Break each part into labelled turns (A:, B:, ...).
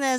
A: 的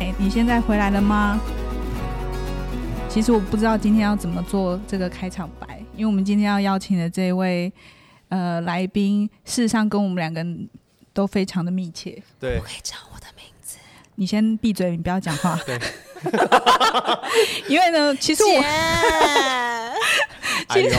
B: 哎，你现在回来了吗？其实我不知道今天要怎么做这个开场白，因为我们今天要邀请的这一位呃来宾，事实上跟我们两个都非常的密切。
C: 对，
B: 你先闭嘴，你不要讲话。 因为呢，其实
D: 啊
B: 我
C: 哎呦，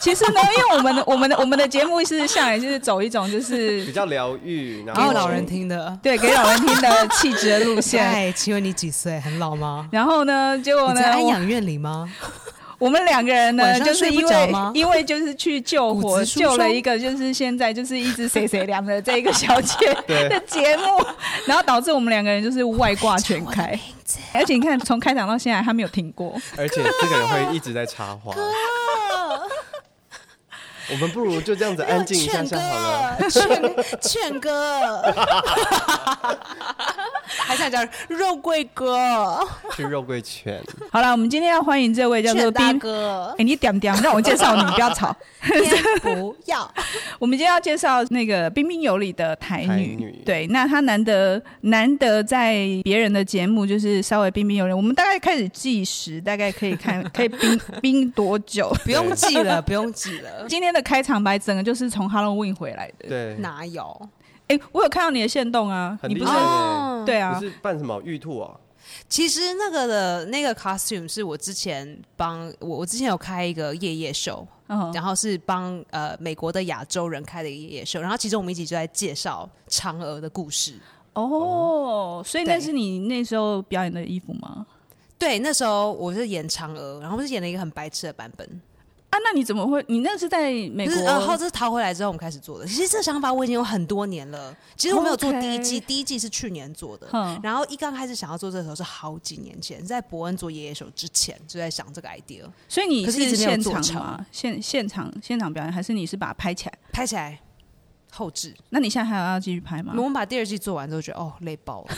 B: 其实呢，因为我们的我们的我们的节目是向来就是走一种就
C: 比
B: 是
C: 较疗愈，然
D: 给
C: 后
D: 老人听的。
B: 对给老人听的气质的路线。
D: 嗨，请问你几岁？很老吗？
B: 然后呢，结果
D: 你
B: 呢
D: 在，安
B: 我
D: 养院里吗？
B: 我们两个人呢，
D: 晚上
B: 就是
D: 睡不
B: 因
D: 着
B: 为
D: 吗
B: 因为就是去救
D: 骨
B: 火，
D: 质疏
B: 救了
D: 松
B: 一个就是现在就是一直谁谁凉的这一个小姐的节目， 然后导致我们两个人就是外挂全开，而且你看从开场到现在他没有停过，
C: 而且这个人会一直在插 花。我们不如就这样子 安静一下下好了。
A: 劝劝哥，
D: 还想讲
A: 肉桂哥，
C: 去肉桂 犬，
B: 好了，我们今天要欢迎这位叫做
A: 劝大
B: 冰。
A: 哥
B: 哎、，你点点，让我介绍你，不要吵。
A: 先不要。
B: 我们今天要介绍那个彬彬有礼的台
C: 台
B: 女，
C: 女
B: 对，那她难得难得在别人的节目就是稍微彬彬有礼，我们大概开始计时，大概可以看 可以彬彬多 久。
D: 不用记了，不用记了。
B: 今天的开场白整个就是从 Halloween 回来的，
C: 对，
D: 哪有？
B: 哎、我有看到你的线动啊，
C: 很
B: 你
C: 厉
B: 不
C: 害
B: 是、
C: 呢。
B: 对
C: 不
B: 啊，
C: 是扮什么玉兔哦，
D: 其实那个的那个 costume 是我之前帮我我之前有开一个夜夜秀，
B: 嗯，
D: 然后是帮呃美国的亚洲人开的一个夜夜秀，然后其中我们一起就在介绍嫦娥的故事。
B: 哦，所以那
D: 对
B: 是你那时候表演的衣服吗？
D: 对，那时候我是演嫦娥，然后是演了一个很白痴的版本。
B: 啊，那你怎么会？你那是在美
D: 可
B: 国？
D: 是然后这是逃回来之后我们开始做的。其实这个想法我已经有很多年了，其实我没有做
B: OK
D: 第一季，第一季是去年做的。
B: 哼
D: 然后一刚开始想要做这个时候是好几年前，在伯恩做爷爷手之前就在想这个 idea，
B: 所以你
D: 可是一直没有
B: 现
D: 做
B: 场
D: 成
B: 吗？现现场现场表演，还是你是把它拍起来？
D: 拍起来后置。
B: 那你现在还要继续拍吗
D: 我？们把第二季做完之后觉得哦累爆了，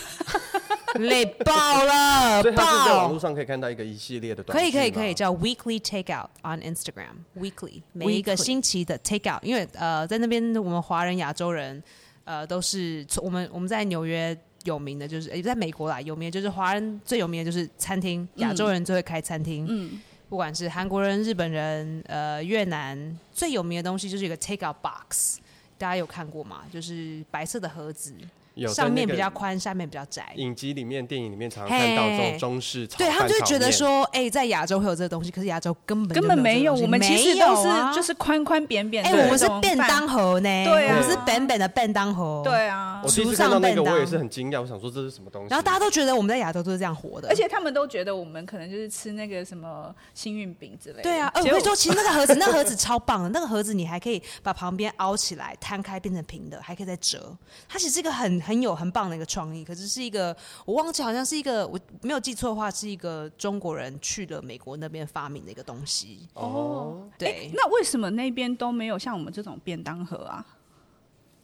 D: 累爆了
C: 所以，他是在网
D: 爆
C: 络！上可以看到一个一系列的短
D: 可以
C: 剧
D: 可以
C: 吗
D: 可以，叫 weekly takeout on Instagram weekly 每一个星期的 takeout，因为呃在那边我们华人亚洲人呃都是从我们我们在纽约有名的就是也呃在美国啦有名的就是华人最有名的就是餐厅，亚洲人最会开餐厅，
B: 嗯，
D: 不管是韩国人、日本人、呃越南，最有名的东西就是一个 takeout box，大家有看过吗？就是白色的盒子，
C: 有在
D: 上面
C: 那
D: 比
C: 个
D: 较宽，下面比较窄，
C: 影集里面、电影里面常常看到这种中式炒
D: 对他们就会
C: 饭
D: 觉
C: 炒
D: 得
C: 面，
D: 说，哎、在亚洲会有这个东西，可是亚洲根本就
B: 根本
D: 没
B: 没有，
D: 这
B: 我
D: 个东西
B: 们其实都
D: 没有啊
B: 是就是宽宽扁扁的
D: 哎、
B: 那种
D: 我
B: 饭，
D: 们是便当盒呢，
B: 对啊
D: 我们是本本的便当盒，
B: 对。啊
C: 我。第一次
D: 厨
C: 看到
D: 上
C: 那个，
D: 便当
C: 我也是很惊讶，我想说这是什么东西。
D: 然后大家都觉得我们在亚洲都是这样活的，
B: 而且他们都觉得我们可能就是吃那个什么幸运饼之类的。
D: 对啊，呃我
B: 结果
D: 会说，其实那个盒子，那个盒子超棒的，那个盒子你还可以把旁边凹起来，摊开变成平的，还可以再折。它其实是一个很很有很棒的一个创意，可是是一个我忘记好像是一个我没有记错的话，是一个中国人去了美国那边发明的一个东西。
C: 哦，
D: 对，
B: 那为什么那边都没有像我们这种便当盒啊？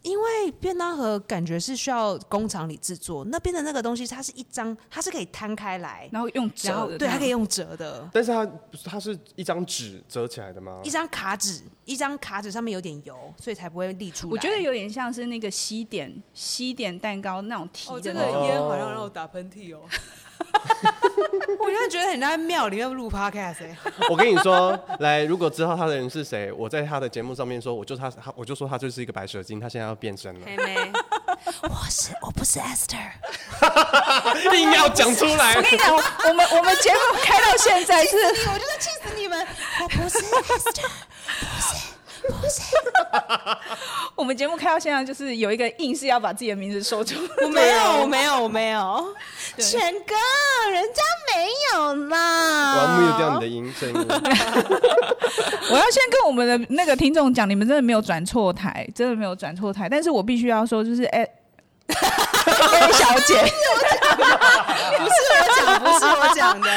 D: 因为便当盒感觉是需要工厂里制作，那边的那个东西它是一张，它是可以摊开来，
B: 然后用折
D: 然后
B: 的
D: 对，啊它可以
B: 用
D: 用折的。
C: 但是它不是它是一张纸折起来的吗
D: 一？张卡纸，一张卡纸上面有点油，所以才不会沥出来。
B: 我觉得有点像是那个西点西点蛋糕那种提哦
D: 哦
B: 的那种。
C: 个烟好像让我
D: 打喷嚏哦。 我现在觉得很在庙里面录 podcast 哎、
C: 我跟你说，来，如果知道他的人是谁，我在他的节目上面说，我就他他我就说他就是一个白蛇精，他现在要变身 了，
D: 妹妹，我是我不是 Esther，
C: 硬要讲啊出来
B: 我。跟你讲，我们我们节目开到现 在
A: 哎
B: 是
D: 我就在气死你们，我不是 Esther，
B: 我们节目开到现在，就是有一个硬是要把自己的名字说出来。
D: 我没有，我没有，我没有，
A: 劝哥，人家没有
C: 我要
A: 啦。
C: mute 掉你的音声音。
B: 我要先跟我们的那个听众讲，你们真的没有转错台，真的没有转错台。但是我必须要说，就是哎。
D: A 小姐，不是我讲，不是我讲的，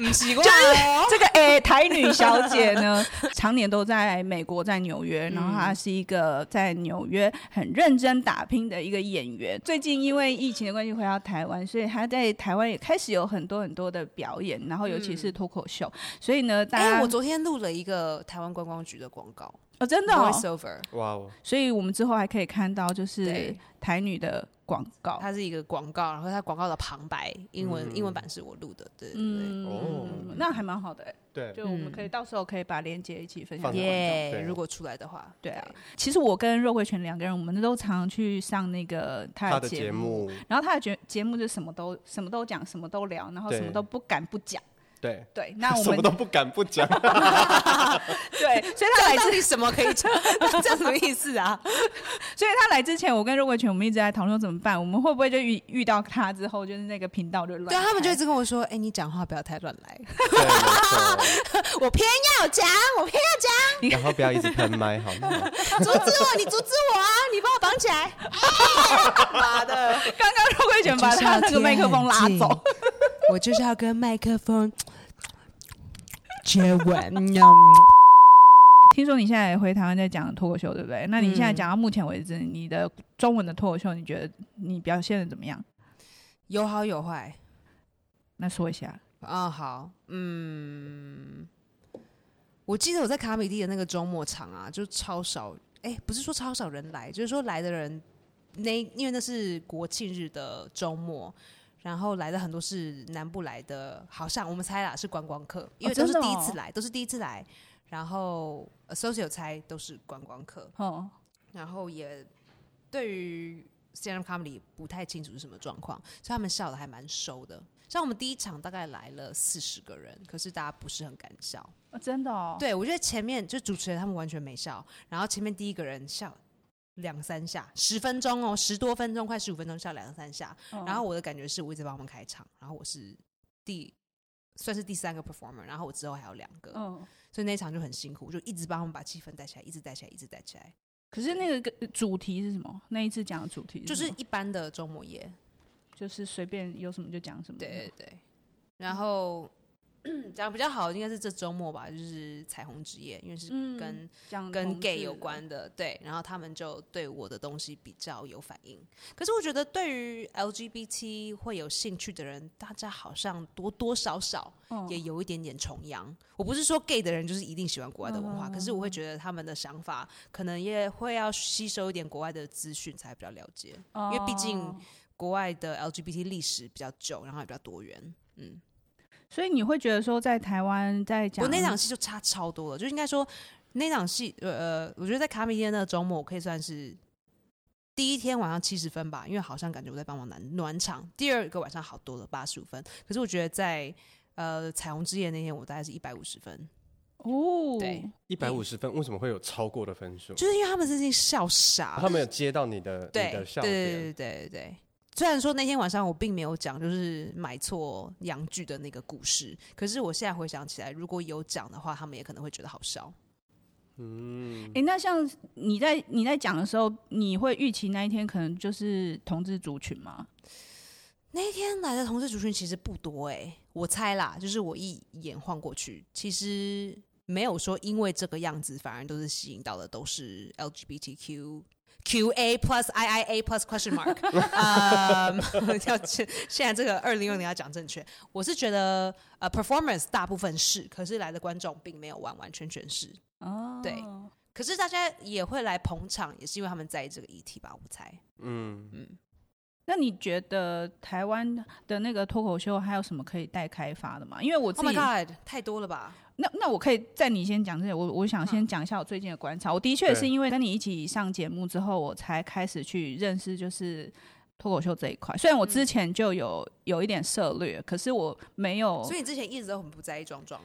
D: 唔奇怪哦。
B: 这个诶、台女小姐 呢，常年都在美国，在纽约，
D: 嗯
B: 然后她是一个在纽约很认真打拼的一个演员。最近因为疫情的关系回到台湾，所以她在台湾也开始有很多很多的表演，然后尤其是脱口秀。所以呢，大家、
D: 嗯哎、我昨天录了一个台湾观光局的广告
B: 哦真的、哦，
D: ，voiceover，
C: 哇哦，
B: 所以我们之后还可以看到就是
D: 对
B: 台女的广告。
D: 它是一个广告，然后它广告的旁白，英文英文版是我录的，对对
B: 嗯，
C: 哦
B: 那还蛮好的、欸，
C: 对，
B: 就我们
D: 嗯
B: 可以到时候可以把链接一起分享
C: 放
D: 对，
B: 给
C: 在
B: 观众。
D: 耶
C: 对！
D: 如果出来的话，
B: 对啊，其实我跟肉桂泉两个人，我们都常去上那个他
C: 他
B: 的
C: 的
B: 节
C: 节目，
B: 然后他的节节目就什么都什么都讲，什么都聊，然后
C: 对
B: 什么都不敢不讲。
C: 对，
B: 对， 那我
C: 什
B: 们
C: 么都不敢不 讲，
B: 对，所以他
D: 这
B: 来
D: 到
B: 之，
D: 底什么可以讲？这样什么意思啊？
B: 所以他来之前，我跟肉桂泉我们一直在讨论怎么办，我们会不会就遇遇到他之后，就是那个频道就乱开。
D: 对啊，他们就一直跟我说：“哎，你讲话不要太乱 来，
C: 对， 没
A: 我偏要讲，我偏要讲，
C: 错，然后不要一直喷麦，好吗？
A: 阻止我，你阻止我啊！你把我绑起 来，
D: 妈的，
B: 刚刚肉桂泉把他那个麦克风拉走，，
D: 我就是要跟麦 克风接吻。嗯”
B: 听说你现在回台湾在讲脱口秀，对不对？那你现在
D: 嗯
B: 讲到目前为止，你的中文的脱口秀，你觉得你表现的怎么样？
D: 有好有坏
B: 那说一下。
D: 啊、好，嗯，我记得我在卡米蒂的那个周末场啊，就超少，哎，不是说超少人来，就是说来的人那因为那是国庆日的周末。然后来的很多是南部来的，好像我们猜啦是观光客，因为都是
B: 真的
D: 第一
B: 哦
D: 次来，都是第一次来。然后 associate 猜都是观光客，
B: 哦，
D: 然后也对于 stand up comedy 不太清楚是什么状况，所以他们笑的还蛮收的。像我们第一场大概来了四十个人，可是大家不是很敢笑。
B: 哦真的哦。
D: 对我觉得前面就主持人他们完全没笑，然后前面第一个人笑两三下，十分钟哦，十多分钟，快十五分钟笑两三下。
B: 哦，
D: 然后我的感觉是我一直帮他们开场，然后我是第算是第三个 performer，然后我之后还有两个，
B: 嗯，
D: 所以那一场就很辛苦，就一直帮他们把气氛带起来，一直带起来，一直带起来。
B: 可是那个个主题是什么？那一次讲的主题
D: 就是
B: 什么
D: 一般的周末夜，
B: 就是随便有什么就讲什么。
D: 对，对对。然后讲比较好的应该是这周末吧，就是彩虹之夜，因为是
B: 嗯
D: 跟、
B: 讲同
D: 跟
B: 志
D: gay 有
B: 的。
D: 关的，对。然后他们就对我的东西比较有反应。可是我觉得对于 LGBT 会有兴趣的人，大家好像多多少少
B: 嗯
D: 也有一点点崇洋。我不是说 gay 的人就是一定喜欢国外的文化，可是我会
B: 嗯
D: 觉得他们的想法可能也会要吸收一点国外的资讯才比较了解。因为毕竟
B: 哦
D: 国外的 LGBT 历史比较久，然后也比较多元。嗯，
B: 所以你会觉得说，在台湾在讲
D: 我那场戏就差超多了，就应该说那场戏，呃呃，我觉得在卡米耶那个周末，我可以算是第一天晚上七十分吧，因为好像感觉我在帮忙暖暖场。第二个晚上好多了，八十五分。可是我觉得在呃彩虹之夜那天，我大概是一百五十分，
B: 哦，
D: 对，
C: 一百五十分为什么会有超过的分数？
D: 就是因为他们真心笑傻了
C: 啊他。们有接到你的你
D: 对
C: 的笑
D: 对对
C: 点，
D: 对对。虽然说那天晚上我并没有讲，就是买错洋剧的那个故事，可是我现在回想起来，如果有讲的话，他们也可能会觉得好笑。
C: 嗯
D: 嗯
B: 哎、，那像你在你在讲的时候，你会预期那一天可能就是同志族群吗？
D: 那天来的同事族群其实不多哎、我猜啦，就是我一眼晃过去，其实没有说因为这个样子，反而都是吸引到的都是 LGBTQ。Q A plus I I A plus question mark，嗯， 要现现在这个二零二零要讲正确，我是觉得呃 performance 大部分是，可是来的观众并没有完完全全是，
B: 哦，
D: 对可是大家也会来捧场，也是因为他们在意这个议题吧，我猜。
C: 嗯，
B: 那你觉得台湾的那个脱口秀还有什么可以待开发的吗？因为我自
D: Oh my
B: 己
D: god，太多了吧？
B: 那那我可以在你先讲之前，我我想
D: 嗯
B: 先讲一下我最近的观察。我的确
C: 对
B: 是因为跟你一起上节目之后，我才开始去认识就是脱口秀这一块。虽然我
D: 嗯
B: 之前就有有一点涉略，可是我没有
D: 所以你之前一直都很不在意壮壮。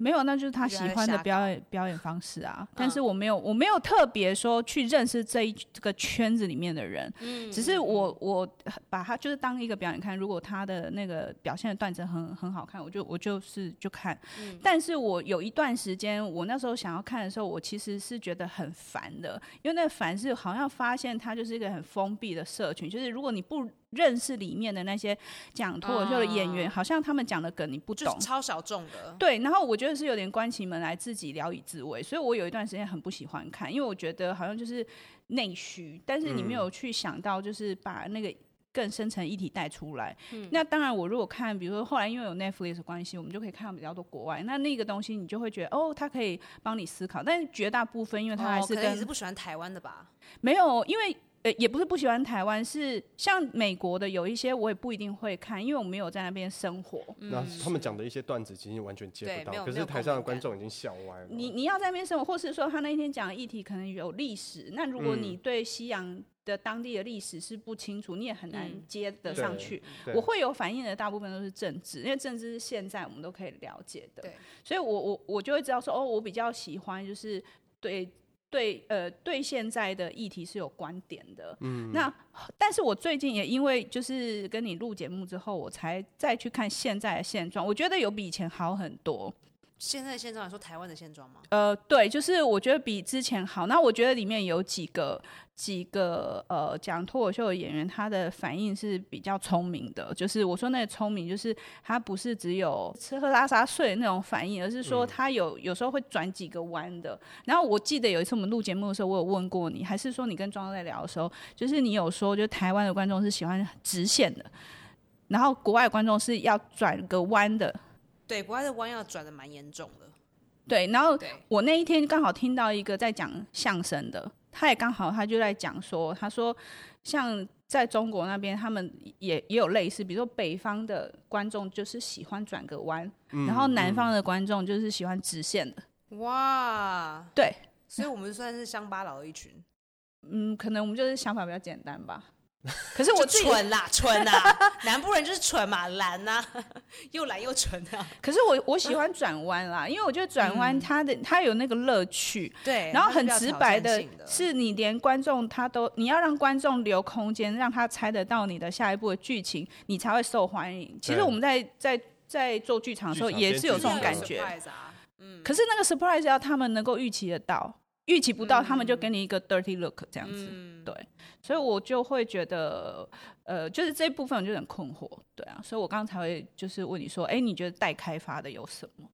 B: 没有，那就是他喜欢的表演表演方式啊。
D: 嗯
B: 但是我没有，我没有特别说去认识这一这个圈子里面的人，
D: 嗯
B: 只是我我把他就是当一个表演看。如果他的那个表现的段子很很好看，我就我就是就看。
D: 嗯
B: 但是我有一段时间，我那时候想要看的时候，我其实是觉得很烦的，因为那个烦是好像发现他就是一个很封闭的社群，就是如果你不认识里面的那些讲脱口秀的演员，好像他们讲的梗你不
D: 啊就
B: 懂
D: 是，超小众的，
B: 对，然后我觉得是有点关起门来自己聊以自慰，所以我有一段时间很不喜欢看，因为我觉得好像就是内需，但是你没有去想到就是把那个。更深层议题带出来。
D: 嗯
B: 那当然，我如果看，比如说后来因为有 Netflix 的关系，我们就可以看到比较多国外。那那个东西你就会觉得，哦，它可以帮你思考。但是绝大部分，因为它还
D: 哦
B: 是
D: 可
B: 跟、
D: 能你是不喜欢台湾的吧？
B: 没有，因为呃也不是不喜欢台湾，是像美国的有一些我也不一定会看，因为我没有在那边生活。
C: 那他们讲的一些段子其实完全接
D: 嗯对
C: 不
D: 没
C: 到，
D: 有
C: 可
D: 没
C: 是
D: 有
C: 台上的
D: 共
C: 观
D: 鸣感
C: 众已经笑歪了。
B: 你你要在那边生活，或是说他那一天讲的议题可能有历史，那如果
C: 嗯
B: 你对西洋的当地的历史是不清楚，你也很难
D: 嗯
B: 接得
C: 对
B: 上去。
C: 对
B: 我会有反应的，大部分都是政治，因为政治是现在我们都可以了解的
D: 对，
B: 所以我我我就会知道说，哦，我比较喜欢就是对。对，呃，对现在的议题是有观点的，嗯，那但是我最近也因为就是跟你录节目之后，我才再去看现在的现状，我觉得有比以前好很多，
D: 现在的现状来说，台湾的现状吗？
B: 呃，对，就是我觉得比之前好。那我觉得里面有几个几个呃讲脱口秀的演员，他的反应是比较聪明的。就是我说那个聪明，就是他不是只有吃喝拉撒睡的那种反应，而是说他有有时候会转几个弯的。然后我记得有一次我们录节目的时候，我有问过你，还是说你跟庄在聊的时候，就是你有说，就台湾的观众是喜欢直线的，然后国外的观众是要转个弯的。
D: 对，国外的弯要转的蛮严重的。
B: 对，然后
D: 对，
B: 我那一天刚好听到一个在讲相声的，他也刚好他就在讲说，他说像在中国那边，他们也也有类似，比如说北方的观众就是喜欢转个弯，
C: 嗯
D: 嗯
B: 然后南方的观众就是喜欢直线的。
D: 哇，
B: 对，
D: 所以我们算是乡巴佬的一群。
B: 嗯，可能我们就是想法比较简单 吧。可是我自
D: 就
B: 己，
D: 蠢啦， 蠢啦，南部人就是蠢嘛，懒呐、 又懒又蠢啊。
B: 可是我我喜欢转弯啦，因为我觉得转
D: 嗯
B: 弯它的、它有那个乐趣。
D: 对，
B: 然后
D: 它
B: 很
D: 哎比较
B: 直
D: 挑
B: 白
D: 战
B: 的
D: 性的，
B: 是，你连观众他都，你要让观众留空间，让他猜得到你的下一步的剧情，你才会受欢迎。其实
C: 对
B: 我们在在在做剧场的时候，
C: 剧场
B: 也
C: 编
B: 是有
C: 剧
B: 这
C: 场
B: 种感
C: 的
B: 觉。
D: surprise 啊嗯，
B: 可是那个 surprise 要他们能够预期得到，预期不到，他们就给你一个 dirty look 这样子。
D: 嗯
B: 对所以我就会觉得，呃，就是这一部分我就很困惑，对啊。所以我刚才会就是问你说，哎，你觉得待开发的有什么？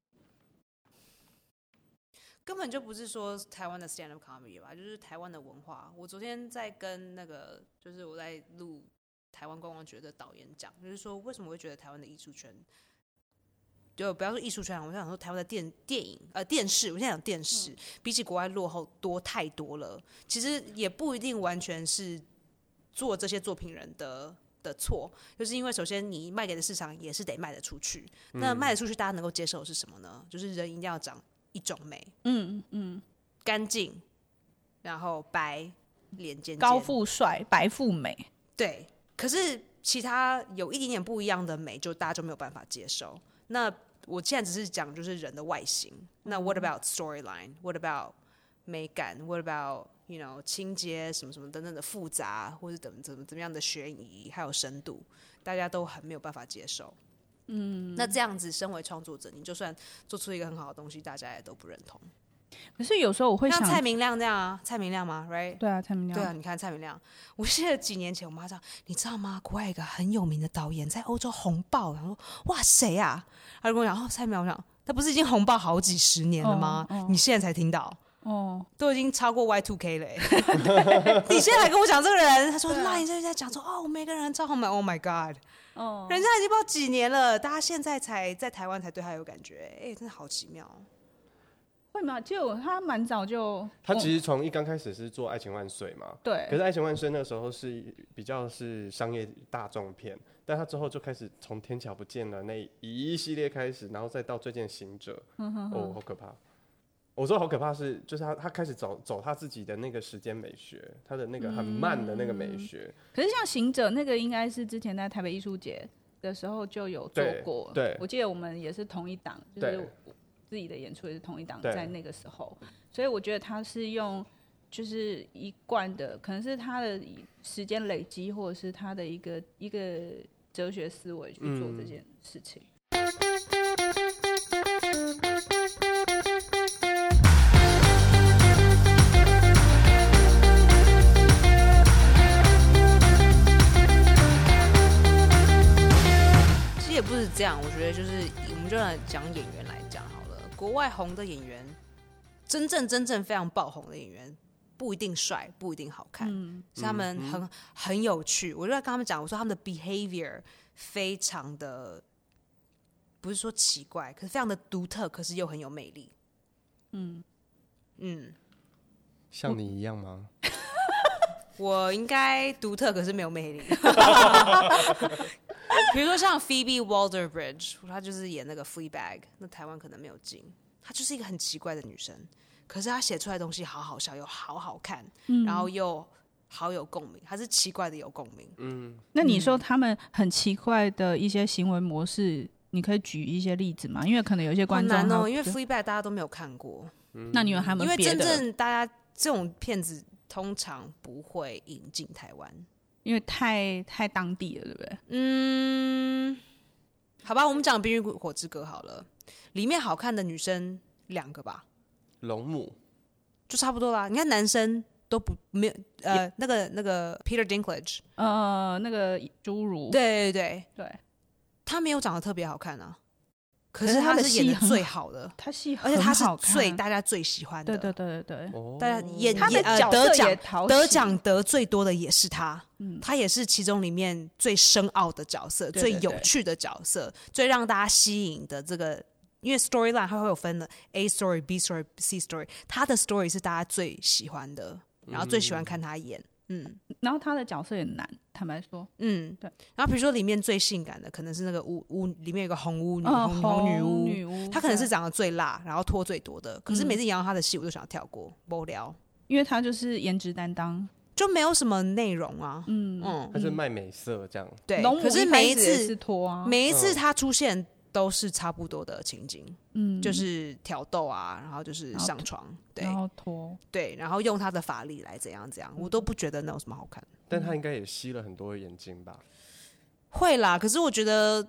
D: 根本就不是说台湾的 stand up comedy 吧，就是台湾的文化。我昨天在跟那个，就是我在录台湾观光局的导演讲，就是说为什么会觉得台湾的艺术圈，就不要说艺术圈啊，我想说台湾的电电影呃电视，我现在讲电视、
B: 嗯
D: 比起国外落后多太多了。其实也不一定完全是做这些作品人的。的错，就是因为首先你卖给的市场也是得卖得出去，
B: 嗯
D: 那卖得出去大家能够接受的是什么呢？就是人一定要长一种美，
B: 嗯嗯，
D: 干净，然后白，脸尖尖
B: 高富帅，白富美，
D: 对。可是其他有一点点不一样的美，就大家就没有办法接受。那我现在只是讲就是人的外形。那 What about storyline? What about 美感？What about you know 情节什么什么等等的复杂，或者怎么怎么怎么样的悬疑，还有深度，大家都很没有办法接受。嗯，那这样子，身为创作者，你就算做出一个很好的东西，大家也都不认同。
B: 可是有时候我会
D: 像
B: 想，
D: 蔡明亮这样啊，蔡明亮吗？Right？
B: 对啊，蔡明亮，
D: 对啊，你看蔡明亮，我记得几年前我妈讲，你知道吗？国外有一个很有名的导演在欧洲红爆，然后哇谁啊？她就跟我讲，哦，蔡明亮，我想他不是已经红爆好几十年了吗？
B: 哦哦
D: 你现在才听到，
B: 哦。
D: 都已经超过 Y Two K 了、欸。 你现在还跟我讲这个人，他说那你现在讲说哦，每个人超红满，Oh my God，
B: 哦，
D: 人家已经不知道几年了，大家现在才在台湾才对他有感觉，哎、真的好奇妙哦。
B: 会吗？就他蛮早就，
C: 他其
B: 实、
C: 实从一刚开始是做《爱情万岁》嘛，可
B: 对
C: 是《爱情万岁》那时候是比较是商业大众片，但他之后就开始从《天桥不见了》那一系列开始，然后再到最近的《行者》
D: 嗯
C: 哦，好可怕！我说好可怕是，就是他他开始走走他自己的那个时间美学，他的那个很慢的那个美学，
D: 嗯
B: 可是像行者那个，应该是之前在台北艺术节的时候就有做
C: 对
B: 过。
C: 对
B: 我记得我们也是同一档，就
C: 对
B: 是自己的演出也是同一档，
C: 对
B: 在那个时候，所以我觉得他是用就是一贯的，可能是他的时间累积，或者是他的一个一个哲学思维去做
C: 嗯
B: 这件事情。
D: 其实也不是这样，我觉得就是我们就来讲演员来讲好了。国外红的演员，真正真正非常爆红的演员，不一定帅，不一定好看，
B: 嗯
D: 是他们很、很有趣。我就在跟他们讲，我说他们的 behavior 非常的，不是说奇怪，可是非常的独特，可是又很有魅力。嗯嗯，
C: 像你一样吗？
D: 我应该独特，可是没 有魅力。比如说像 Phoebe Waller-Bridge，她就是演那个《Fleabag》，那台湾可能没有进。她就是一个很奇怪的女生，可是她写出来的东西好好笑，又好好看，
B: 嗯
D: 然后又好有共鸣。她是奇怪的有共鸣。
B: 嗯那
D: 嗯
B: 你说他们很奇怪的一些行为模式，你可以举一些例子吗？因为可能有一些
D: 好
B: 观众
D: 难
B: 他
D: 哦，
B: 不
D: 因为《
B: 知
D: Fleabag》大家都没有看过，
C: 嗯
B: 那你有他们
D: 因为
B: 别
D: 真
B: 的
D: 正大家这种片子通常不会引进台湾。
B: 因为太太当地了，对不对？
D: 嗯，好吧，我们讲《冰与火之歌》好了，里面好看的女生两个吧，
C: 龙母
D: 就差不多啦。你看男生都不没有，呃，那个那个 Peter Dinklage，
B: 呃，那个侏儒，
D: 对对对，
B: 对，
D: 他没有长得特别好看啊，可
B: 可
D: 是
B: 是他
D: 他
B: 的
D: 是演
B: 戏
D: 的
B: 很
D: 最好的，
B: 他戏
D: 而且他
B: 很
D: 是
B: 好看啊
D: 最大家最喜欢的，
B: 对对对对对，
C: 哦，
D: 大家演
B: 他的
D: 演呃
B: 角
D: 得
B: 色也
D: 奖
B: 讨
D: 得
B: 喜
D: 奖得最多的也是他，
B: 嗯
D: 他也是其中里面最深奥的角色，
B: 对对
D: 最有趣的角色，最让大家吸引的这个。因为 storyline 它会有分的 A story、B story、C story，他的 story 是大家最喜欢的，
B: 嗯
D: 然后最喜欢看他演，嗯
B: 然后他的角色也难，坦白说，
D: 嗯，
B: 对。
D: 然后比如说里面最性感的可能是那个巫巫，里面有个红巫女、
B: 呃
D: 红红女巫，
B: 女巫，
D: 她可能是
B: 对
D: 长得最辣，然后脱最多的，可是
B: 嗯
D: 每次演到她的戏我就想跳过，无聊，
B: 因为他就是颜值担当，
D: 就没有什么内容啊，
B: 嗯，
D: 嗯，
C: 他是卖美色这样。
D: 对，
B: 龙
D: 可
B: 母
D: 是
B: 一
D: 每
B: 开
D: 一
B: 始也
D: 次
B: 是拖啊，
D: 每一次他出现都是差不多的情景，
B: 嗯，
D: 就是挑逗啊，然后就是
B: 然后
D: 上床，对
B: 然后拖，
D: 对，然后用他的法力来怎样怎样，我都不觉得那有什么好看。
C: 但他应该也吸了很多眼睛吧？
D: 会啦，可是我觉得，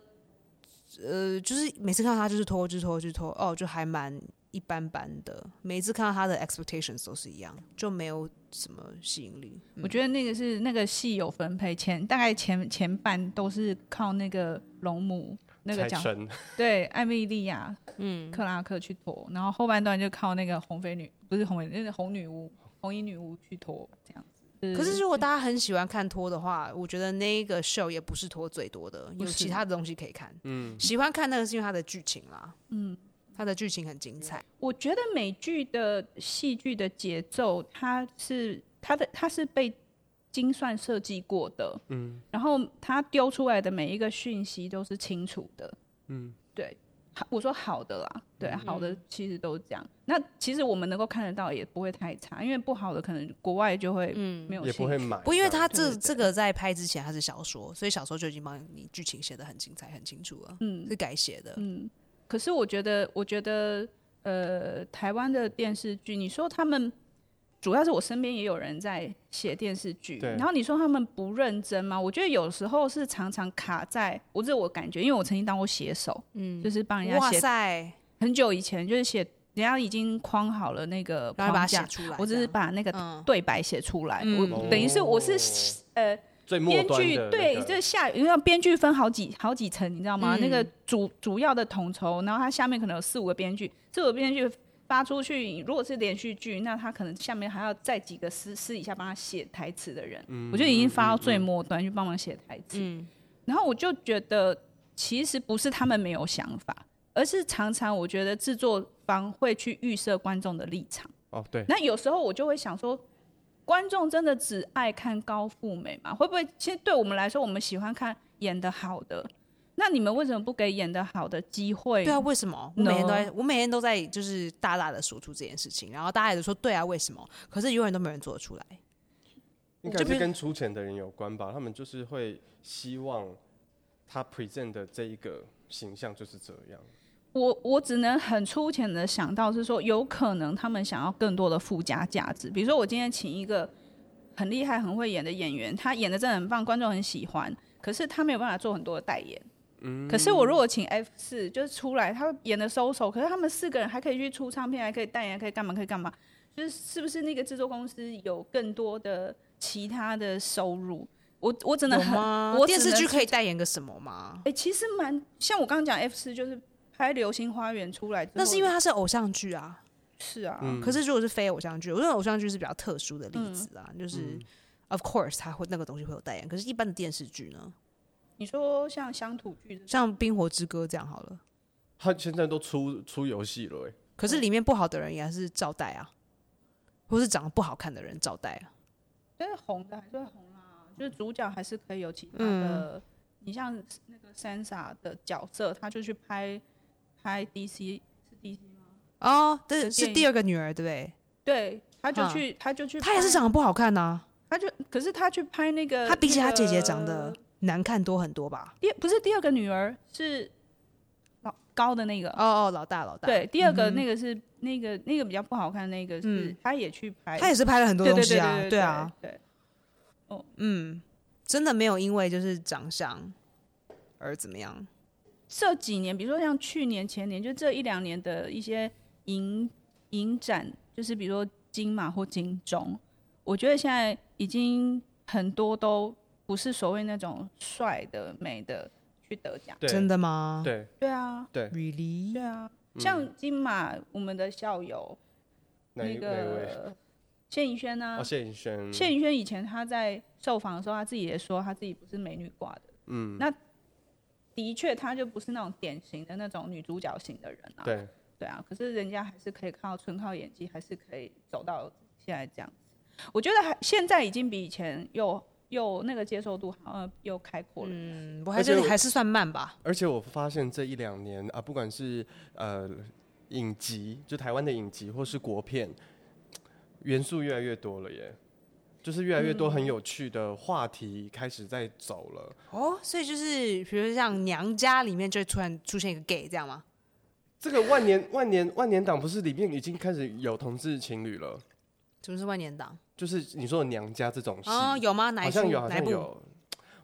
D: 呃，就是每次看到他就是拖，就是拖，就是拖，哦，就还蛮一般般的。每一次看到他的 expectations 都是一样，就没有什么吸引力。
B: 我觉得那个是那个戏有分配前，大概前前半都是靠那个龙母那个
C: 才
B: 角，
C: 成
B: 对，艾米莉亚
D: 嗯，
B: 克拉克去拖，然后后半段就靠那个红飞女，不是红飞，那个红女巫、红衣女巫去拖这样子。
D: 可是如果大家很喜欢看拖的话，我觉得那一个 show 也不是拖最多的，有
B: 不是
D: 其他的东西可以看。嗯，喜欢看那个是因为它的剧情啦。嗯，它的剧情很精彩。
B: 我觉得美剧的戏剧的节奏，它是它的它是被精算设计过的，嗯，然后它丢出来的每一个讯息都是清楚的，嗯，对，好我说好的啦，对，
C: 嗯
B: 好的其实都是这样。那其实我们能够看得到，也不会太差，因为不好的可能国外就会
D: 嗯
B: 没有
C: 也
B: 兴
C: 不
B: 趣
C: 会买，
D: 不，因为它这
B: 对对对
D: 这个在拍之前它是小说，所以小说就已经帮你剧情写的很精彩、很清楚了，
B: 嗯
D: 是改写的。
B: 嗯，可是我觉得，我觉得，呃，台湾的电视剧，你说他们，主要是我身边也有人在写电视剧，
C: 对
B: 然后你说他们不认真吗？我觉得有时候是常常卡在，我这我感觉，因为我曾经当过写手，嗯，就是帮人家
D: 哇
B: 写，
D: 塞，
B: 很久以前就是写，人家已经框好了那个
D: 然后把它
B: 框
D: 写
B: 架，
D: 出来，
B: 啊我只是
D: 这样
B: 把那个
D: 嗯
B: 对白写出来，
D: 嗯
B: 我等于是我是呃
C: 最末
B: 编
C: 端
B: 剧
C: 的
B: 对，
C: 那个
B: 就是下，因为编剧分好几好几层，你知道吗？
D: 嗯
B: 那个主主要的统筹，然后它下面可能有四五个编剧，四五个编剧发出去，如果是连续剧，那他可能下面还要再几个私私底下帮他写台词的人，
C: 嗯
B: 我觉得已经发到最末端去帮忙写台词。
D: 嗯
B: 然后我就觉得，其实不是他们没有想法，而是常常我觉得制作方会去预设观众的立场。
C: 哦，对，
B: 那有时候我就会想说，观众真的只爱看高富美吗？会不会其实对我们来说，我们喜欢看演的好的，那你们为什么不给演的好的机会？
D: 对啊，为什么？我每天都
B: No
D: 在，我每天都在就是大大的说出这件事情，然后大家也都说对啊，为什么？可是永远都没有人做得出来。
C: 应
D: 就
C: 该
D: 比
C: 是
D: 如
C: 跟出钱的人有关吧？他们就是会希望他 present 的这一个形象就是这样。
B: 我我只能很粗浅的想到是说，有可能他们想要更多的附加价值。比如说，我今天请一个很厉害、很会演的演员，他演的真的很棒，观众很喜欢，可是他没有办法做很多的代言。可是我如果请 F 四，就是出来他演的 so so，可是他们四个人还可以去出唱片，还可以代言，还可以干嘛，可以干嘛？就是是不是那个制作公司有更多的其他的收入？我我真的
D: 有
B: 很，
D: 吗？
B: 我
D: 电
B: 只
D: 视
B: 能
D: 剧可以代言个什么吗？
B: 哎、其实蛮像我刚刚讲 F 四，就是拍《流星花园》出来之后，
D: 那是因为它是偶像剧啊。
B: 是啊，
C: 嗯
D: 可是如果是非偶像剧，我认为偶像剧是比较特殊的
B: 嗯
D: 例子啊，就是、of course 它会那个东西会有代言，可是一般的电视剧呢，
B: 你说像乡土剧这种，
D: 像《冰火之歌》这样好了，
C: 他现在都出出游戏了、欸，
D: 可是里面不好的人也还是照带啊，或是长得不好看的人照带啊。
B: 但是红的还是会红啦、就是主角还是可以有其他
D: 嗯
B: 的。你像那个 Sansa 的角色，他就去拍拍 DC，
D: 哦，对，
B: 有
D: 是
B: 电
D: 第二个女儿对不对？
B: 对，他就
D: 哈
B: 去，他就去拍，
D: 她也是长得不好看呐、
B: 他就可是他去拍那个，
D: 她比起她姐姐长
B: 呃那
D: 得
B: 个
D: 难看多很多吧？
B: 第不是第二个女儿是老高的那个，
D: 哦哦，老大老大，
B: 对，第二个那个是、那个那个比较不好看，那个是、
D: 嗯
B: 他也去拍，
D: 她也是拍了很多
B: 对
D: 东
B: 对
D: 西
B: 对
D: 啊，
B: 对
D: 对啊，，
B: 对，
D: 嗯，真的没有因为就是长相而怎么样，
B: 这几年，比如说像去年、前年，就这一两年的一些影影展，就是比如说金马或金钟，我觉得现在已经很多都不是所谓那种帅的、美的去得奖。
C: 对，
D: 真的吗？
C: 对，
B: 对啊，
D: ，really，
B: 对啊，像金马，我们的校友、
C: 哪一
B: 那
C: 哪一位？
B: 个谢颖轩啊
C: 哦，，谢颖轩，
B: 谢颖轩以前她在受访的时候，她自己也说她自己不是美女挂的。嗯，那的确，她就不是那种典型的那种女主角型的人啊。
C: 对，
B: 对啊，可是人家还是可以靠纯靠演技，还是可以走到现在这样子。我觉得还现在已经比以前又又那个接受度好像又开阔了。
D: 嗯，我还
C: 而
D: 是
C: 且我
D: 还是算慢吧，
C: 而且我发现这一两年啊，不管是呃影集，就台湾的影集，或是国片，元素越来越多了耶，就是越来越多很有趣的话题开始在走了。
D: 哦，所以就是比如像娘家里面就会突然出现一个 gay 这样吗？
C: 这个万年万年万年党不是里面已经开始有同志情侣了，
D: 什么是万年党？
C: 就是你说的娘家这种戏，
D: 哦，有吗？哪
C: 好
D: 一部
C: 像有，？好
D: 哪一
C: 像
D: 部？
C: 有，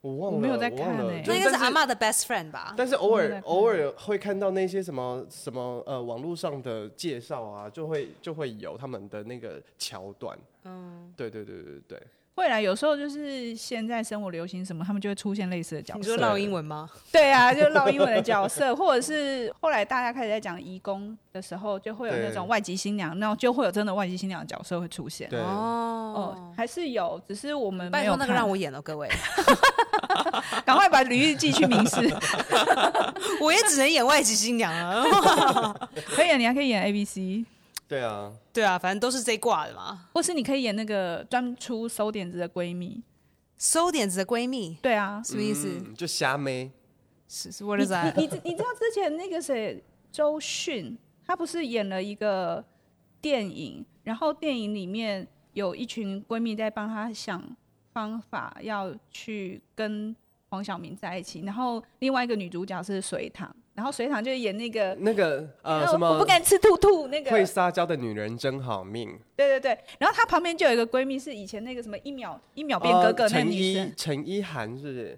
C: 我忘了，
B: 我没有在
C: 忘
B: 看
C: 了
B: 欸
C: 就
D: 那应该是
C: 但
D: 阿嬷的 best friend 吧？
C: 但是偶
B: 我没有在
C: 尔
B: 看
C: 偶尔会看到那些什么什么呃网络上的介绍啊，就会就会有他们的那个桥段。嗯，对对对对对对，
B: 会啦，有时候就是现在生活流行什么，他们就会出现类似的角
D: 你
B: 色。
D: 说绕英文吗？
B: 对啊，就唠英文的角色，或者是后来大家开始在讲移工的时候，就会有那
C: 对
B: 种外籍新娘，然后就会有真的外籍新娘的角色会出现。
C: 对
D: 哦
B: 哦，，还是有，只是我们
D: 拜
B: 没有
D: 托那个让
B: 我
D: 我演了，各位，
B: 赶快把履历寄去明示。
D: 我也只能演外籍新娘啊。
B: 可以，啊，你还可以演 A B C，
C: 对啊，
D: 对啊，反正都是这一挂的嘛。
B: 或是你可以演那个专出馊点子的闺蜜。
D: 馊点子的闺蜜
B: 对啊，
D: 什么意思？
C: 嗯，就瞎妹，
D: 是是 what
B: 你
D: is that？
B: 你你你知道之前那个谁周迅，她不是演了一个电影，然后电影里面有一群闺蜜在帮她想方法要去跟黄晓明在一起，然后另外一个女主角是隋棠，然后隋棠就是演那个。
C: 那个
D: 哎
C: 呃
B: 呃
C: 什
B: 我
C: 么
B: 不敢吃兔兔那个，
C: 会撒娇的女人真好命，
B: 对对对，然后她旁边就有一个闺蜜，是以前那个什么一秒一
D: 哦
B: 秒变哥
C: 呃
B: 哥那个
C: 陈
B: 女生
C: 意，陈意涵是不是？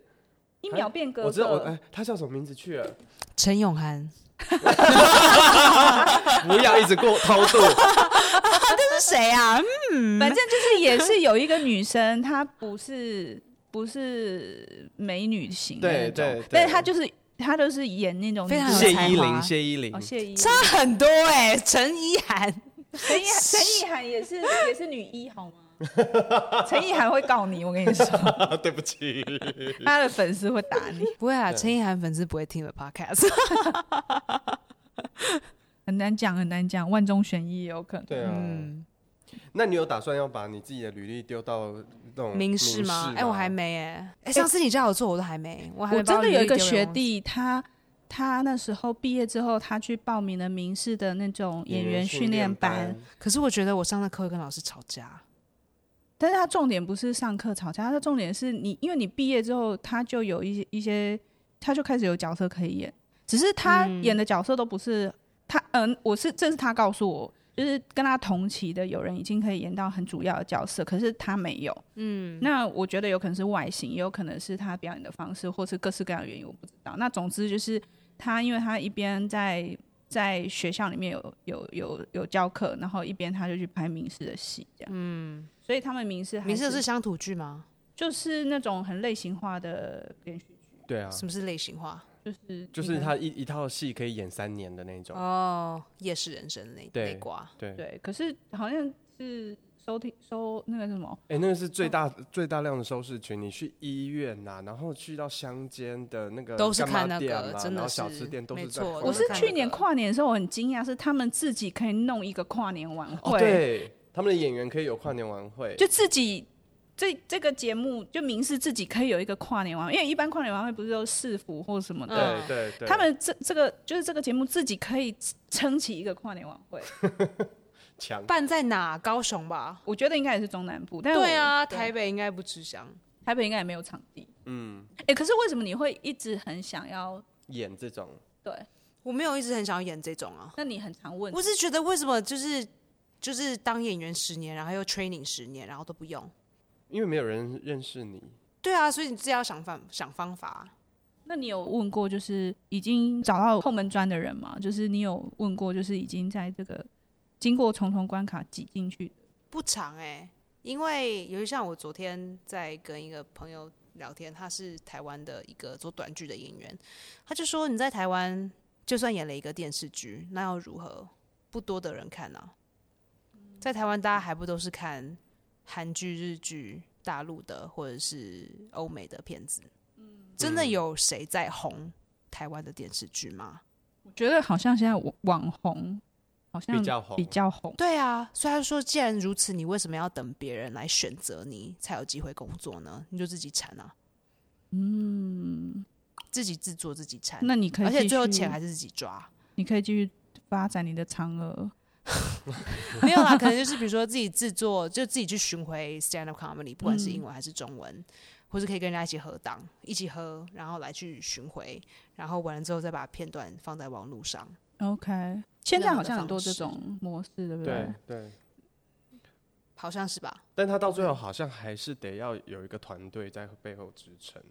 B: 一秒变哥哥，
C: 我知道我哎，她叫什么名字去了？
D: 陈永涵，
C: 不要一直过偷 渡，
D: 这是谁啊？
B: 反正就是也是有一个女生，她不是不是美女型的那种，
C: 对对对
B: 但是她就是她就是演那种
D: 非常有
C: 谢
D: 才
C: 依
D: 华
C: 霖，谢依霖
B: 哦，谢依，
D: 差很多哎、陈意涵，
B: 陈 意陈意涵也是也是女一好吗？陈意涵会告你，我 跟你说，
C: 啊对不起，
B: 她的粉丝会打你，
D: 不会啊，陈意涵粉丝不会听我的 podcast。
B: 很难讲很难讲，万中选一也有可 能。
C: 对啊。
D: 嗯，
C: 那你有打算要把你自己的履历丢到那种
D: 明示吗？哎、我还没哎、哎、上次你叫我做，我都还没，我还
B: 我
D: 没把
B: 真的
D: 履历
B: 有一个
D: 丢给
B: 学
D: 公司，
B: 弟，他他那时候毕业之后，他去报名了明视的那种演员训练班，，
D: 可是我觉得我上的课会跟老师吵架。
B: 但是他重点不是上课吵架，他的重点是你，因为你毕业之后，他就有一些一些，他就开始有角色可以演，只是他演的角色都不是、他，嗯、我是这是他告诉我，就是跟他同期的有人已经可以演到很主要的角色，可是他没有。嗯，那我觉得有可能是外形，也有可能是他表演的方式，或是各式各样的原因，我不知道。那总之就是他，因为他一边在在学校里面有有有有教课，然后一边他就去拍明视的戏，这样。嗯，所以他们明视还
D: 明是是乡土剧吗？
B: 就是那种很类型化的连续，
C: 对啊，
D: 什么是类型化？
B: 就是
C: 就是
B: 一个
C: 他一一套戏可以演三年的那种。
D: 哦，夜市人生那
C: 对
D: 那挂，
C: 对，哎、
B: 对，可是好像是收听收那个什么，
C: 哎那个是最大、最大量的收视群。你去医院呐、然后去到乡间的那个
D: 都是
C: 干妈
D: 看那个
C: 店啊
D: 真的
C: 然后小
D: 是
C: 吃店都
D: 没
C: 是在
D: 错
C: 放
D: 我
C: 那
B: 我
D: 都
C: 个啊
B: 是
D: 看
B: 去
D: 那
B: 年
D: 个
B: 跨年的时候很惊讶，是他们自己可以弄一个跨年晚
C: 哦，
B: 会，
C: 对，他们的演员可以有跨年晚会，
B: 就自己。这这个节目就明示自己可以有一个跨年晚会，因为一般跨年晚会不是都是市服或什么
D: 嗯
B: 的，
C: 对对对，
B: 他们这这个就是这个节目自己可以撑起一个跨年晚会，
C: 强
D: 办在哪？高雄吧？
B: 我觉得应该也是中南部，但
D: 对啊，
B: 我
D: 台北应该不吃香。
B: 台北应该也没有场地，
C: 嗯
B: 哎、可是为什么你会一直很想要？
C: 演这种
B: 对，
D: 我没有一直很想要演这种啊，
B: 那你很常问
D: 我是觉得为什么就是就是当演员十年，然后又 training 十年，然后都不用。
C: 因为没有人认识你，
D: 对啊，所以你自己要想方想方法啊。
B: 那你有问过，就是已经找到后门砖的人吗？就是你有问过，就是已经在这个经过重重关卡挤进去的，
D: 不长哎、因为尤其像我昨天在跟一个朋友聊天，他是台湾的一个做短剧的演员，他就说你在台湾就算演了一个电视剧，那又如何？不多的人看啊，在台湾大家还不都是看韩剧、日剧、大陆的或者是欧美的片子，真
C: 嗯
D: 的有谁在红台湾的电视剧吗？
B: 我觉得好像现在网网红好像
C: 比较红
B: 比较红。
D: 对啊，所以他说，既然如此，你为什么要等别人来选择你才有机会工作呢？你就自己产啊，嗯，自己制作自己产，
B: 那你可以
D: 而
B: 继续，
D: 且最后钱还是自己抓。
B: 你可以继续发展你的嫦娥。
D: 没有啦，可能就是比如说自己制作，就自己去巡回 stand up comedy，不管
B: 嗯
D: 是英文还是中文，或是可以跟人家一起合档，一起喝，然后来去巡回，然后完了之后再把片段放在网络上。
B: OK，现在好像很多
D: 那
B: 这
D: 样的方式
B: 种模式，对不
C: 对对。
D: 好像是吧？
C: 但他到最后好像还是得要有一个团队在背后支撑，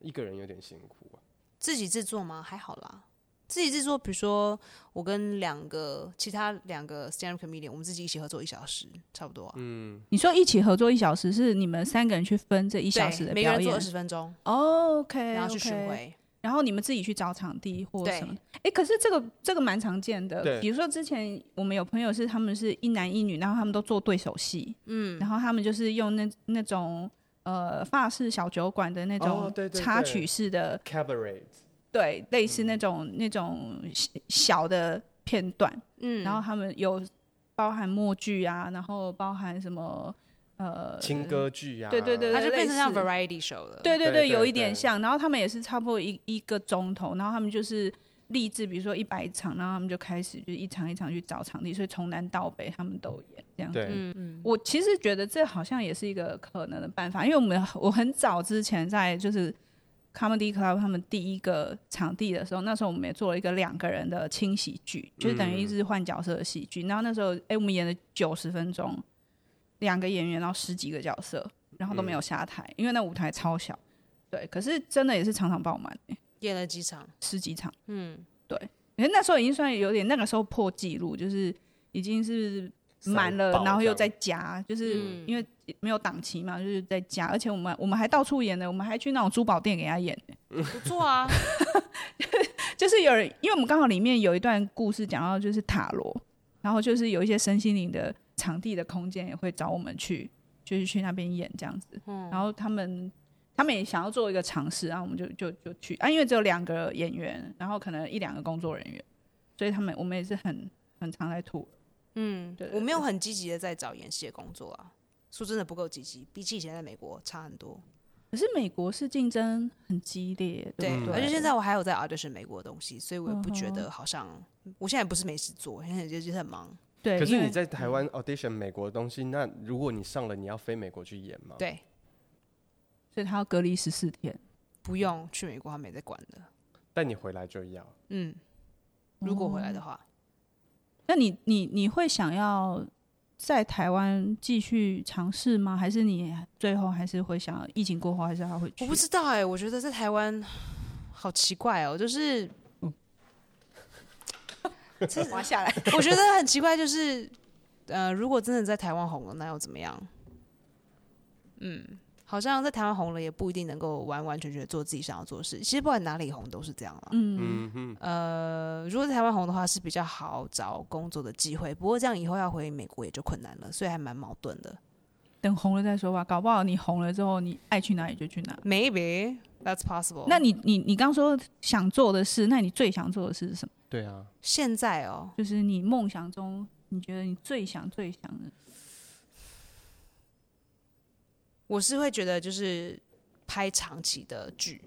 C: 一个人有点辛苦啊。
D: 自己制作吗？还好啦，自己制作，比如说我跟两个其他两个 stand up comedian，我们自己一起合作一小时，差不多、啊。
C: 嗯，
B: 你说一起合作一小时，是你们三个人去分这一
D: 一
B: 小时的
D: 每个
B: 表
D: 人做
B: 演
D: 二十分钟，
B: 哦？OK，
D: 然后去巡
B: OK
D: 回。
B: 然后你们自己去找场地或
D: 嗯对
B: 什么。哎，可是这个这个蛮常见
C: 对
B: 的，比如说之前我们有朋友是他们是一男一女，然后他们都做对手戏，嗯，然后他们就是用那那种呃法式小酒馆的那
C: 哦
B: 种
C: 对对对嗯
B: 插曲式的，
C: cabaret
B: 对类似那种、那种小小的片段，
D: 嗯，
B: 然后他们有包含默剧啊，然后包含什么呃，
C: 轻歌剧啊，
B: 对对对
D: 它就变成像
B: 类似
D: variety show 了。
B: 对对
C: 对
B: 对，有
C: 对
B: 一点
C: 对
B: 像。然后他们也是差不多一一个钟头，然后他们就是立志，比如说一百场，然后他们就开始就一场一场去找场地，所以从南到北他们都演这样。
C: 对，
B: 我其实觉得这好像也是一个可能的办法，因为我们我很早之前在就是 Comedy Club 他们第一个场地的时候，那时候我们也做了一个两个人的轻喜剧，就是等于一直换角色的喜剧。然后那时候，哎、我们演了九十分钟，两个演员，然后十几个角色，然后都没有下台，因为那舞台超小。对，可是真的也是常常爆满、欸
D: 演了几场，
B: 十几场。
D: 嗯，
B: 可是那时候已经算有点，那个时候破纪录，就是已经是满了，然后又再
C: 在
B: 加，就是因为没有档期嘛，就是在加，而且我们我们还到处演呢，我们还去那种珠宝店给他演，
D: 不错啊。
B: 就是有人，因为我们刚好里面有一段故事讲到就是塔罗，然后就是有一些身心灵的场地的空间也会找我们去，就是去那边演这样子，
D: 嗯
B: 然后他们。他们也想要做一个尝试，然后我们就就就去啊，因为只有两个演员，然后可能一两个工作人员，所以他们我们也是很很常在吐。
D: 嗯
B: 对，对
D: 我没有很积极的在找演戏的工作啊，说真的不够积极，比起以前在美国差很多。
B: 可是美国是竞争很激烈，
D: 对，
B: 嗯不对
D: 而且现在我还有在 audition 美国的东西，所以我也不觉
B: 嗯
D: 得好像、我现在不是没事做，现在就是很忙。
B: 对，
C: 可是
B: 因为
C: 你在台湾 audition 美国的东西，那如果你上了，你要飞美国去演
B: 哦
C: 吗？，
D: 对，
B: 所以他要隔离十四天。
D: 不用去美国，他没在管的。
C: 但你回来就要。
D: 嗯，如果回来的话，
B: 那你你你会想要在台湾继续尝试吗？还是你最后还是会想要疫情过后还是要回去？
D: 我不知道哎、我觉得在台湾好奇怪哦，就是
B: 滑下来。
D: 我觉得很奇怪，就是呃，如果真的在台湾红了，那又怎么样？嗯，好像在台湾红了，也不一定能够完完全全做自己想要做的事。其实不管哪里红都是这样啦。
B: 嗯，
C: 嗯哼，
D: 呃，如果在台湾红的话，是比较好找工作的机会。不过这样以后要回美国也就困难了，所以还蛮矛盾的。
B: 等红了再说吧，搞不好你红了之后，你爱去哪里就去哪。
D: Maybe that's possible。
B: 那你你你刚说想做的事，那你最想做的事是什么？
C: 对啊，
D: 现在哦，
B: 就是你梦想中你觉得你最想最想的，
D: 我是会觉得就是拍长期的剧，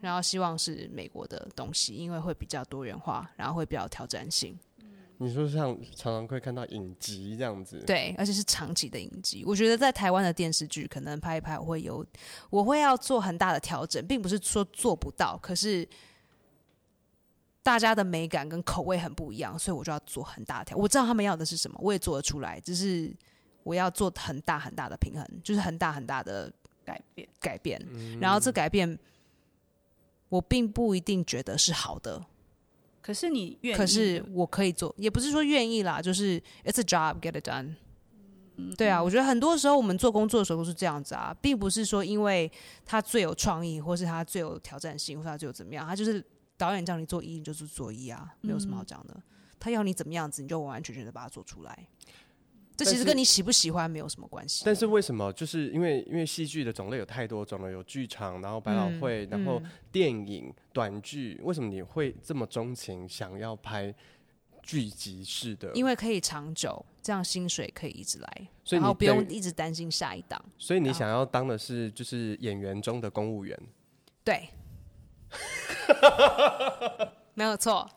D: 然后希望是美国的东西，因为会比较多元化，然后会比较有挑战性。
C: 你说像常常会看到影集这样子，，
D: 对，而且是长期的影集。我觉得在台湾的电视剧可能拍一拍，我会有我会要做很大的调整，并不是说做不到，可是大家的美感跟口味很不一样，所以我就要做很大的调。我知道他们要的是什么，我也做得出来，只是我要做很大很大的平衡，就是很大很大的
B: 改变。
D: 改变，
B: 嗯
D: 然后这改变。我并不一定觉得是好的，
B: 可是你愿意，
D: 可是我可以做，也不是说愿意啦，就是 it's a job, get it done。对
C: 嗯
D: 啊，我觉得很多时候我们做工作的时候都是这样子啊，并不是说因为他最有创意，或是他最有挑战性，或是他最有怎么样，他就是导演叫你做一，你就是做一啊，
C: 嗯
D: 没有什么好讲的。他要你怎么样子，你就完完全全的把它做出来。这其
C: 但是
D: 实跟你喜不喜欢没有什么关系。
C: 但是为什么？就是因为因为戏剧的种类有太多种了，有剧场，然后百
D: 嗯
C: 老汇，然后电影、短剧。为什么你会这么钟情，想要拍剧集式的？
D: 因
C: 为
D: 为可以长久，这样薪水可以一直来，
C: 所以
D: 然
C: 你
D: 后不用啊
C: 等于
D: 一直担心下一档。
C: 所以你想要当的是就是演员中的公务员。
D: 对，没有错。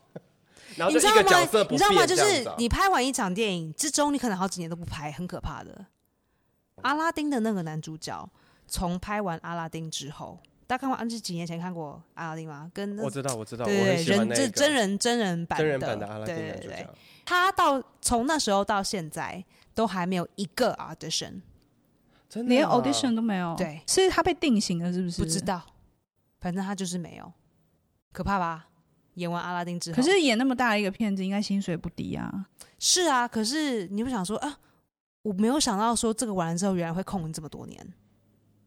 C: 然后就
D: 你知道
C: 一个角色
D: 吗？
C: 不变
D: 你知道吗？就
C: 这样
D: 是
C: 子啊
D: 你拍完一场电影之中，你可能好几年都不拍，很可怕的。
C: 哦
D: 阿拉丁的那个男主角，从拍完阿拉丁之后，大家看过？啊，是几年前看过阿拉丁吗？跟那
C: 我知道，我知道，
D: 对
C: 我
D: 对
C: 很
D: 对，
C: 喜欢
D: 人
C: 那
D: 这
C: 个
D: 真人真人版
C: 真人版的阿拉丁
D: 对对
C: 男主
D: 对
C: 角，，
D: 他到从那时候到现在都还没有一个 audition，
C: 真的
B: 连
C: 啊
B: audition 都没有，
D: 对
B: 是他被定型了，是不是？
D: 不知。道，反正他就是没有，可怕吧？演完阿拉丁之后，
B: 可是演那么大一个片子，应该薪水不低啊。
D: 是啊，可是你不想说啊？我没有想到说这个完了之后，原来会空这么多年，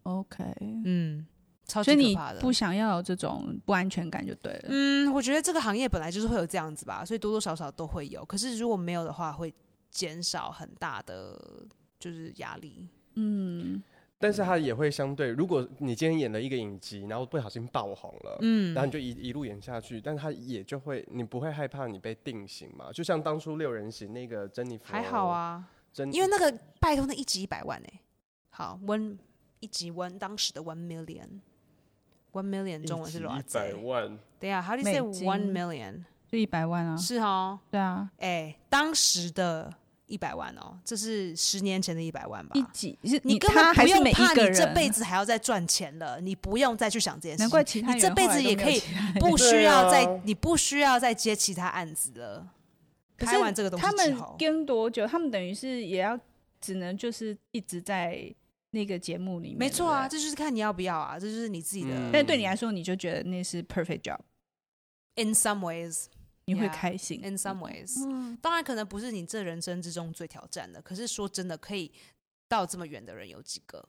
B: OK，
D: 嗯，超
B: 所
D: 级
B: 以
D: 可
B: 你
D: 怕的。
B: 不想要有这种不安全感就对了。
D: 嗯，我觉得这个行业本来就是会有这样子吧，所以多多少少都会有。可是如果没有的话，会减少很大的就是压力。
B: 嗯，
C: 但是他也会相对，如果你今天演了一个影集，然后不小心爆红了，
D: 嗯
C: 然后你就一一路演下去，但他也就会，你不会害怕你被定型嘛？就像当初六人行那个珍妮弗，
D: 还好，啊，
C: 珍
D: 因为那个拜托那一集一百万哎、好 one 一集 one 当时的 one million。One million 中文是多少
C: 一百
D: 钱？
C: 万，
D: 对啊，How do you say
B: 美金
D: one million？
B: 就一百万啊。
D: 是哦，
B: 对啊，
D: 哎、当时的一百万哦，这是十年前的一百万吧
B: 一？集是
D: 你根
B: 他
D: 本
B: 还
D: 不
B: 是
D: 用
B: 每
D: 怕，
B: 一个
D: 你
B: 人，
D: 这辈子还要再赚钱了，你不用再去想这件事。
B: 难怪其他演
D: 你这
B: 员
D: 辈
B: 后来
D: 子
B: 都
D: 也
B: 没
D: 可
B: 有
D: 以
B: 其他人
D: 不需要再，
C: 对啊
D: 你不需要再接其他案子了。
B: 可
D: 拍
B: 是
D: 完这个东西
B: 他
D: 之
B: 们
D: 后，
B: 跟多久？他们等于是也要只能就是一直在那个节目里面。
D: 没错啊，
B: 对不
D: 这就是看你要不要啊，这就是你自己的。
C: 嗯
B: 对但对你来说，你就觉得那是 perfect job，
D: In some ways,
B: 你会
D: Yeah
B: 开心。嗯
D: in some ways，、当然可能不是你这人生之中最挑战的，可是说真的，可以到这么远的人有几个？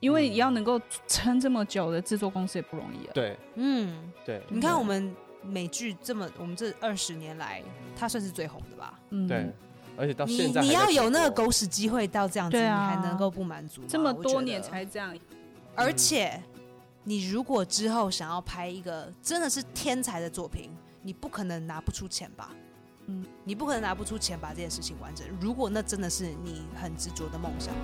B: 因为要能够撑这么久的制作公司也不容易啊。
C: 对
D: 嗯，
C: 对，
D: 你看我们美剧这么，我们这二十年来，它算是最红的吧？
B: 嗯
C: 对，，而且到
D: 你
C: 现在
D: 你
C: 还在
D: 要
C: 直
D: 有那个
C: 播
D: 狗屎机会到这样子，
B: 对啊
D: 你还能够不满足吗？
B: 这么
D: 我觉
B: 多
D: 得
B: 年，才这样。
D: 而且你如果之后想要拍一个真的是天才的作品，你不可能拿不出钱吧？
B: 嗯
D: 嗯，你不可能拿不出钱把这件事情完成。如果那真的是你很执着的梦想，